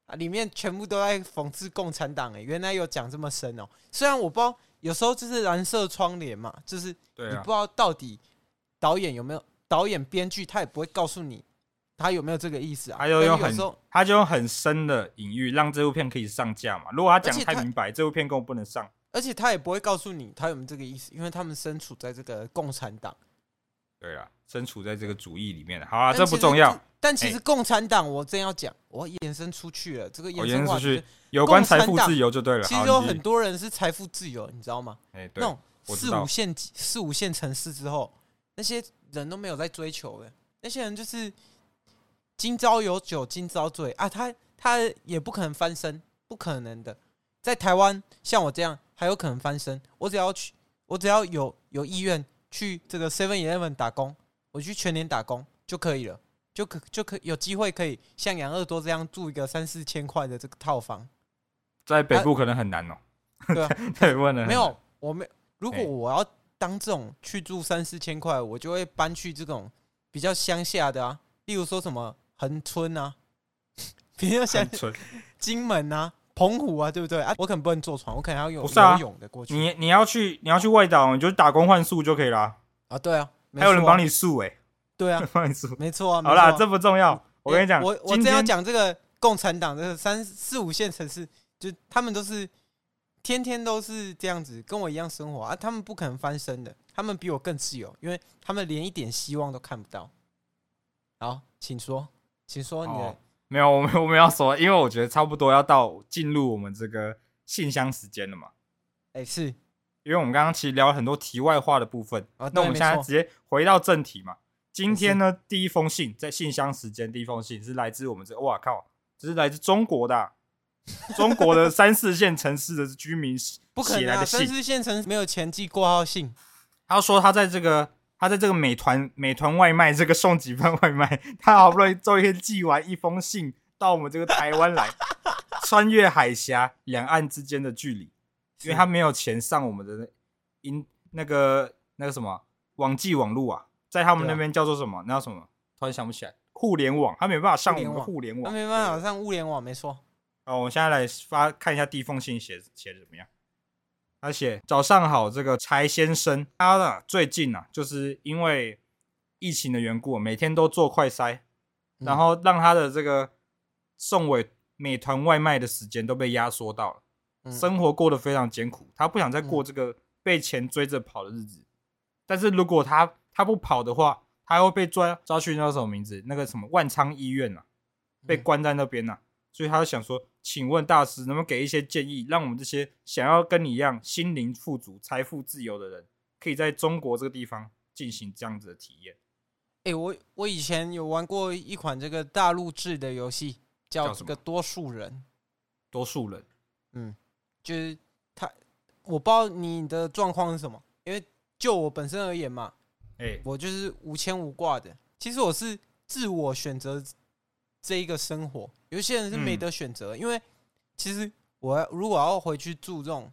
啊！里面全部都在讽刺共产党诶、原来有讲这么深哦、虽然我不知道，有时候就是蓝色窗帘嘛，就是你
对
不
啊
知，道到底导演有没有导演编剧，他也不会告诉你他有没有这个意思啊。
他就
但
用
有
很
时候
他就用很深的隐喻让这部片可以上架嘛。如果他讲
而且
太
他
明白，这部片根本不能上。
而且他也不会告诉你他有没有这个意思，因为他们身处在这个共产党
对啊，身处在这个主义里面了。好啊，
但
这
其
不
实
重要
这。但其
哎
实共产党，我真要讲，我延伸出去了，这个
我
延
哦延伸
话
出
题
去，有关财富
共产党
自由就对了。
就，其
好
实有
你
很多人是财富自由，你知道吗？
哎，对
那，种
我知
四
道
五线级四五线城市之后，那些人都没有在追求的，那些人就是今朝有酒今朝醉啊，他他也不可能翻身，不可能的。在台湾像我这样还有可能翻身，我只要去，我只要有有意愿去这个 Seven Eleven 打工，我去全年打工就可以了，就可就可有机会可以像养乐多这样住一个三四千块的这个套房，
在北部可能很难哦。
对啊，
对，不能
没有，我没。如果
哎
我要当这种去住三四千块，我就会搬去这种比较乡下的啊，例如说什么恒春啊， 比较乡
很蠢。
金门啊、澎湖啊，对不对啊？我可能不能坐船，我可能要有
不是啊
游泳的过去
你你要去你要去外岛，你就打工换宿就可以啦。
啊。对啊，没
还有人
错啊
帮，你宿哎，
对啊，
帮你宿。
没错啊。
好啦，
没错
这
啊
不重要。我跟你讲，
我我
今
真要
天
讲这个共产党，这个三四五线城市，就他们都是天天都是这样子，跟我一样生活啊，他们不可能翻身的，他们比我更自由，因为他们连一点希望都看不到。好，请说，请说你的，
哦没有，我们我们要说，因为我觉得差不多要到进入我们这个信箱时间了嘛。
哎、是
因为我们刚刚其实聊了很多题外话的部分，那
啊，对
我们
没
现在
错
直接回到正题嘛。今天呢，第一封信在信箱时间，第一封信是来自我们这，哇靠，这是来自中国的啊、中国的三四线城市的居民
不可
写
能
来
啊，
的
三
信。
四线城市没有钱寄挂号信，
他说他在这个他在这个美团美团外卖这个送几份外卖，他好不容易终于寄完一封信到我们这个台湾来，穿越海峡两岸之间的距离，因为他没有钱上我们的因那个那个什么网际网路啊，在他们
对啊
那边叫做什么？那叫什么？突然想不起来，互联网，他没办法上我们的互联
那
网。
啊没办法上物联网，没错。
哦，我们现在来发看一下地缝信写写的怎么样。他写早上好，这个柴先生，他啊最近啊，就是因为疫情的缘故，每天都做快筛，
嗯
然后让他的这个送尾美团外卖的时间都被压缩到了，
嗯
生活过得非常艰苦。他不想再过这个被钱追着跑的日子，但是如果他他不跑的话，他会被抓抓去那个什么名字，那个什么万昌医院啊，被
嗯
关在那边呐、啊。所以他就想说，请问大师能不能给一些建议，让我们这些想要跟你一样心灵富足、财富自由的人，可以在中国这个地方进行这样子的体验？
哎、我我以前有玩过一款这个大陆制的游戏，
叫
叫这
什
个
么
多数人。
多数人
就是他，我不知道你的状况是什么，因为就我本身而言嘛，
哎、
我就是无牵无挂的。其实我是自我选择这一个生活，有些人是没
嗯
得选择，因为其实我要如果要回去住这种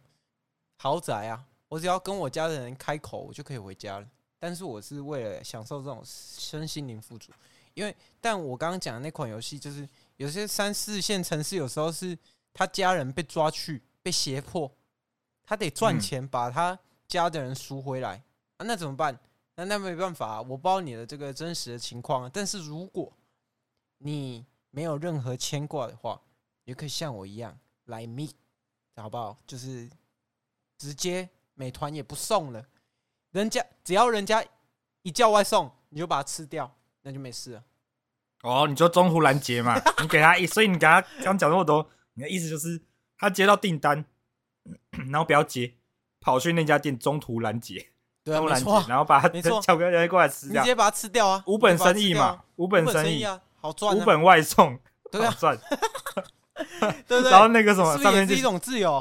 豪宅啊，我只要跟我家的人开口，我就可以回家了。但是我是为了享受这种身心灵富足，因为但我刚刚讲的那款游戏，就是有些三四线城市有时候是他家人被抓去被胁迫，他得赚
嗯
钱把他家的人赎回来、啊，那怎么办？那那没办法啊、我不知道你的这个真实的情况啊、但是如果你没有任何牵挂的话，你就可以像我一样来 me，好不好？就是直接美团也不送了，人家只要人家一叫外送，你就把它吃掉，那就没事了。
哦，你就中途拦截嘛，你给他一，所以你给他刚讲那么多，你的意思就是他接到订单，然后不要接，跑去那家店中途拦截，
对啊，
中途
没
拦截
错啊，，
然后把他
没错
巧克力过来吃
你
掉
直，接把它吃掉啊，
无本生
你
意
直接把它吃掉
嘛
啊，，
无
无
本生
生
意，
啊，好赚
无
啊，
本外送，
对啊
好赚。
对不对？
然后那个什么
是不
上
是
面
也
就是
一种自由？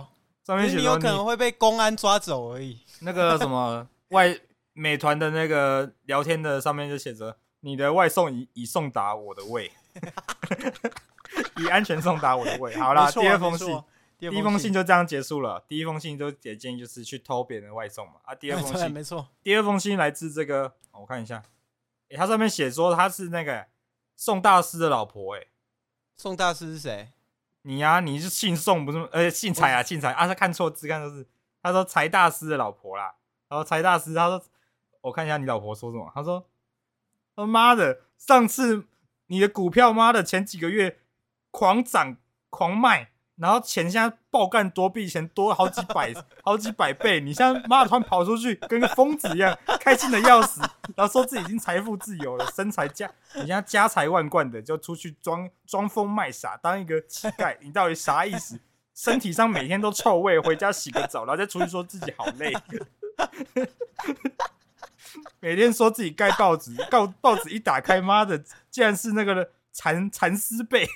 上
只
面
是
写
你
说
有
你
可能会被公安抓走而已。
那个什么外美团的那个聊天的上面就写着你的外送已已送达我的胃， 已安全送达我的 胃。好啦，
没错啊
第二封
没错
信
啊。第
第一封信就这样结束了。第一封信就也建议就是去偷别人的外送嘛。啊，第二封
对
信，
没错，
第二封信来自这个，哦我看一下，诶，它上面写说她是那个宋大师的老婆、诶，
宋大师是谁？
你呀、你是姓宋不是吗？呃，姓柴啊，姓柴啊，他看错字，看错字。他说柴大师的老婆啦。然后柴大师他说，我看一下你老婆说什么。她说：“他妈的，上次你的股票妈的前几个月狂涨狂卖，然后钱现在爆干多，比以前多好几百 好几百倍。你现在妈的突然跑出去，跟个疯子一样，开心的要死，然后说自己已经财富自由了，身材家你现在家财万贯的，就出去装装疯卖傻，当一个乞丐，你到底啥意思？”身体上每天都臭味，回家洗个澡，然后再出去说自己好累， 每天说自己盖报纸，告报纸一打开，妈的，竟然是那个蚕蚕丝被，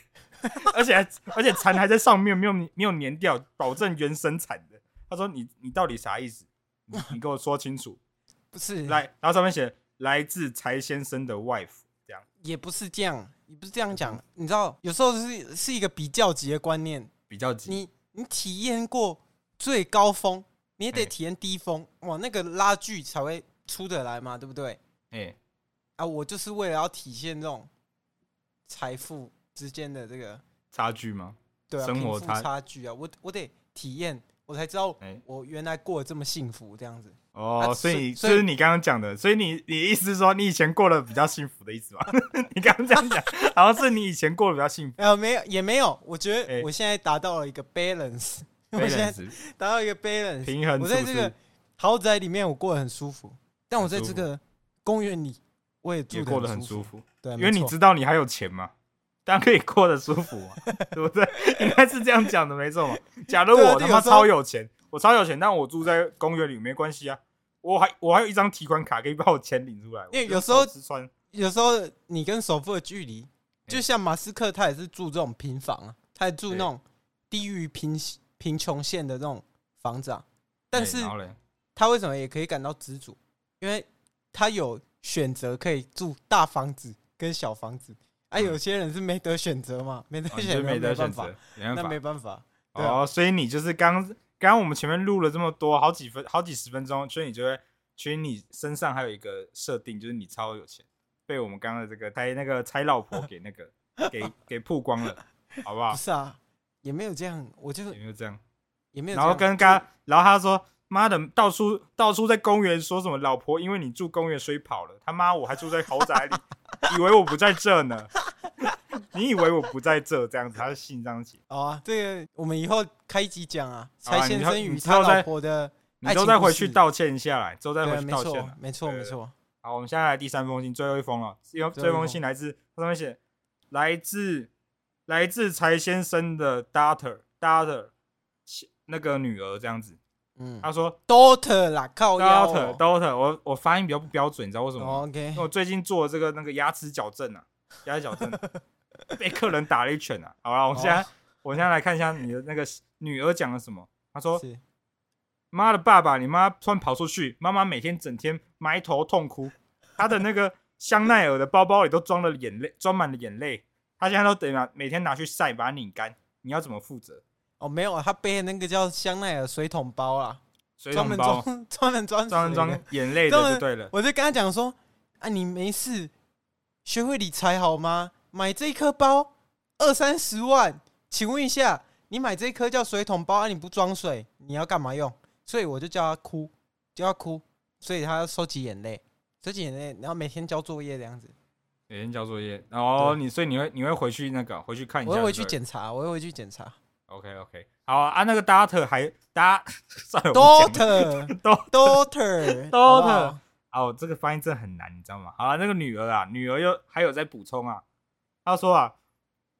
而且还而且蚕还在上面，没有没有粘掉，保证原生产的。他说你你到底啥意思？你你给我说清楚。
不是，
来，然后上面写来自柴先生的 wife，这样
也不是这样，你不是这样讲。你知道，有时候是是一个比较级的观念。
比较急。
你你体验过最高峰，你也得
哎
体验低峰，哇，那个拉锯才会出得来嘛，对不对？
哎、
啊，我就是为了要体现这种财富之间的这个
差距吗？
对啊
生
贫
活
富
差
差距啊，我我得体验，我才知道
哎
我原来过得这么幸福这样子。
哦，
啊
所以
所
所
以
以你刚刚讲的，所以你你意思是说你以前过得比较幸福的意思吗？ 你刚刚这样讲，然后是你以前过得比较幸福，
呃，没有也没有，我觉
哎
得我现在达到了一个 balance，、我
非
现
常
在
值
达到一个 balance，
平衡
我在
是不
这
是
个豪宅里面我过得很舒服，但我在
很舒
这
服
个公园里我也住
也过
得
得很舒
舒服，
服，
对，
因
没
为你
错
知道你还有钱嘛， 当然可以过得舒服 嘛，对不对？应该是这样讲的，没错嘛。假如
对啊
我他
对
妈
有时候
超有钱，我超有钱，但我住在公园里没关系啊，我还我还有一张提款卡可以把我钱领出来，
因为
我不
有
用
时候
愁吃穿
有时候你跟首富的距离，
哎
就像马斯克他也是住这种平房啊，他也住那种低于贫贫穷线的这种房子啊，但
哎
是
然后嘞
他为什么也可以感到知足？因为他有选择可以住大房子跟小房子，啊，
嗯
有些人是没得选择嘛，没得
哦你
选
就
择
没得
办
选
法
择，，没办
那
法
没。办法，对啊
哦，所以你就是刚刚刚我们前面录了这么多，好几分好几十分钟，所以你就会，所以你身上还有一个设定，就是你超有钱，被我们刚刚的这个猜那个猜老婆给那 个给给曝光了，好不好
不？是啊，也没有这样，我就
有没有这样？
也没有这
然
样。
后跟刚，然后他说。妈的，到处到处在公园说什么老婆，因为你住公园所以跑了。他妈，我还住在豪宅里， 以为我不在这呢？ 你以为我不在这？这样子，他是信这样写。
好啊，这个我们以后开一集讲啊，
好啊
柴先
你以后
生与
你之后
他
再
老婆的
你
爱
之后
情
再
故
回去
事
道歉下来，之后再
对
回
啊，
去
没
道歉
错
啊，
没错，
对
没
对
错。
好，我们现在来第三封信，最后一封了。最后
最
最后一
后一
封
封
信来自它上面写来自来自柴先生的 daughter daughter 那个女儿这样子。
嗯
他说
，daughter 啦，靠腰
daughter
哦、
daughter，我我发音比较不标准，你知道为什么吗？
哦 OK，
因为我最近做这个那个牙齿矫正啊，牙齿矫 正被客人打了一拳啊。好了，我们现在、
哦
我现在来看一下你的那个女儿讲了什么。她说：“
是
妈的，爸爸，你妈突然跑出去，妈妈每天整天埋头痛哭，她的那个香奈儿的包包里都装了眼泪，装满了眼泪，她现在都得拿每天拿去晒，把它拧干。你要怎么负责？
哦，没有，他背的那个叫香奈儿水桶包啦，
水
专
桶
门
包
装 专门装
装
水的
装眼泪的就对了。
我就跟他讲说，啊，你没事，学会理财好吗？买这一颗包二三十万，请问一下，你买这一颗叫水桶包，啊，你不装水，你要干嘛用？所以我就叫他哭，叫他哭，所以他要收集眼泪，收集眼泪，然后每天交作业这样子。
每天交作业，然后
对
你所以你会你会回去那个回去看一下，
我会回去
对不对。
检查，我会回去检查。
OK OK，好啊，啊那个 Dart 还 Dart 算了，我不讲了
Daughter，Daughter，
都
好不
Daughter
好
哦，这个发音真的很难，你知道吗？好了，那个女儿啊，女儿又还有在补充啊，她说啊，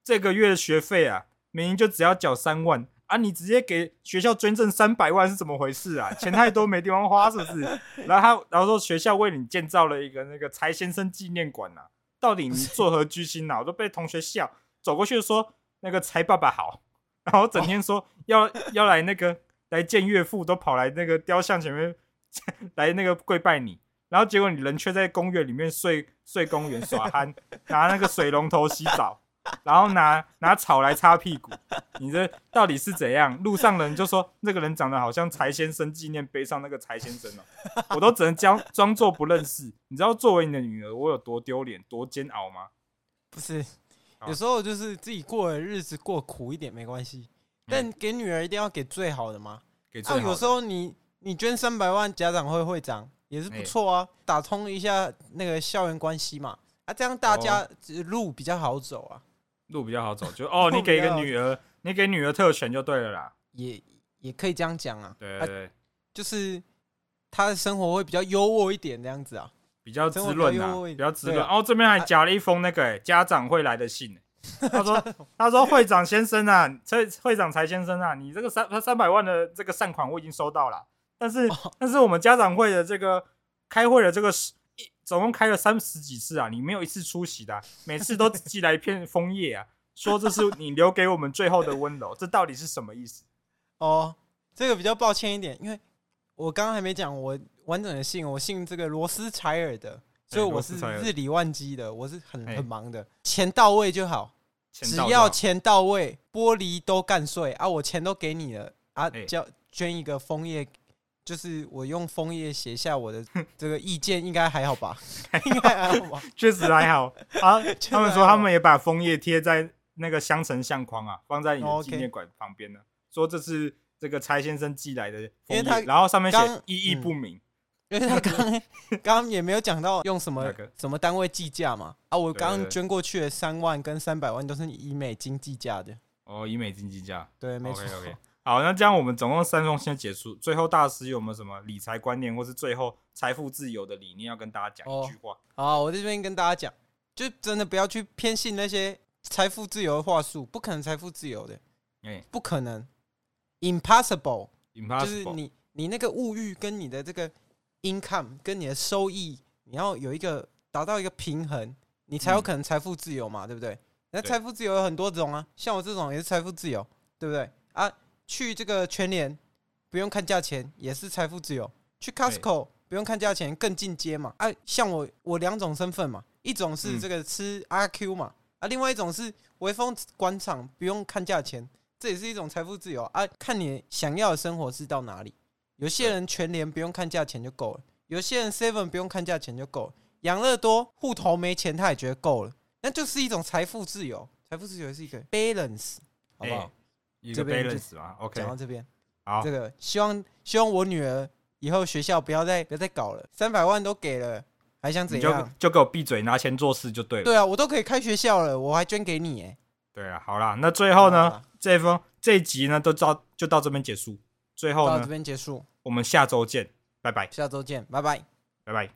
这个月的学费啊，明明就只要缴三万啊，你直接给学校捐赠三百万是怎么回事啊？钱太多没地方花是不是？然后她然后说学校为你建造了一个那个柴先生纪念馆啊，到底你作何居心啊？我都被同学笑，走过去说那个柴爸爸好，然后整天说要要来那个来见岳父，都跑来那个雕像前面 来那个跪拜你。然后结果你人却在公园里面睡 睡公园耍憨，拿那个水龙头洗澡，然后拿拿草来擦屁股，你这到底是怎样？路上人就说那个人长得好像柴先生纪念碑上那个柴先生哦，我都只能装装作不认识。你知道作为你的女儿，我有多丢脸、多煎熬吗？
不是，
好
有时候就是自己过的日子过苦一点没关系，但给女儿一定要给最好的嘛。
嗯给最
啊，
好
有时
的
候你你捐三百万，家长会会长也是不
哎
错啊，打通一下那个校园关系嘛。啊，这样大
哦
家呃路比较好走啊，
路比较好走，就哦，你给一个女儿，你给女儿特权就对了啦。
也也可以这样讲啊。
对
啊
对，对，
就是他的生活会比较优渥一点，这样子啊。
比较滋润
真
啊
的没有，
比较滋润。
对啊
哦，这边还夹了一封那个、欸家长会来的 信、欸他说：“他说会长先生啊，这会长柴先生啊，你这个三三百万的这个善款我已经收到了，但是、
哦
但是我们家长会的这个开会的这个是一总共开了三十几次啊，你没有一次出席的啊、每次都只寄来一片枫叶啊，说这是你留给我们最后的温柔，这到底是什么意思？
哦，这个比较抱歉一点，因为我刚刚还没讲我完整的姓，我姓这个罗斯柴尔德，所以
哎罗
我
斯
是
柴尔
日理万机的，我是很
哎
很忙的，钱到位就好，
钱
只
到就
要
好
钱到位，玻璃都干碎啊，我钱都给你了啊
哎，
叫捐一个枫叶。就是我用枫叶写 下我的这个意见，应该还好吧？应该还好吧？
确实还好 啊。
实
他们说
还
他
好
们也把枫叶贴在那个相城相框啊，放在你
哦
的纪念馆旁边呢、说这是这个蔡先生寄来的枫
因为他
叶，然后上面写
刚嗯
意义不明。
因为他刚刚刚刚也没有讲到用什么
那个
什么单位计价嘛啊，我
对对
刚刚
对
捐过去的三万跟三百万都是以美金计价的，
哦，以美金计价。
对，没错
OK。OK。好，那这样我们总共三封先结束。最后大师有没有什么理财观念，或是最后财富自由的理念要跟大家讲
哦
一句话？
好，我在这边跟大家讲，就真的不要去偏信那些财富自由的话术，不可能财富自由的，
哎
不可能，impossible，就
，impossible、
是你你那个物欲跟你的这个 income 跟你的收益，你要有一个达到一个平衡，你才有
嗯
可能财富自由嘛，对不对？那
对
财富自由有很多种啊，像我这种也是财富自由，对不对？啊，去这个全联不用看价钱也是财富自由，去 Costco 不用看价钱更进阶嘛。啊，像我我两种身份嘛，一种是
嗯
这个吃阿 Q 嘛，啊，另外一种是微风广场不用看价钱，这也是一种财富自由啊！看你想要的生活是到哪里。有些人全联不用看价钱就够了，有些人 Seven 不用看价钱就够了，养乐多户头没钱他也觉得够了，那就是一种财富自由。财富自由是一个 balance，好不好
哎？一
这
个
边就
balance 嘛。OK，
讲、到这边，
好
这，个希望希望我女儿以后学校不要再不要再搞了，三百万都给了，还想
你
怎
就
样？
就给我闭嘴，拿钱做事就对了。
对啊，我都可以开学校了，我还捐给你哎、
对啊，好啦，那最后
好
呢
啦，
这一封这一集呢，都到就到这边结束。最后
到这
呢，
边结束，
我们下周见，拜拜，
下周见，拜拜。
拜拜。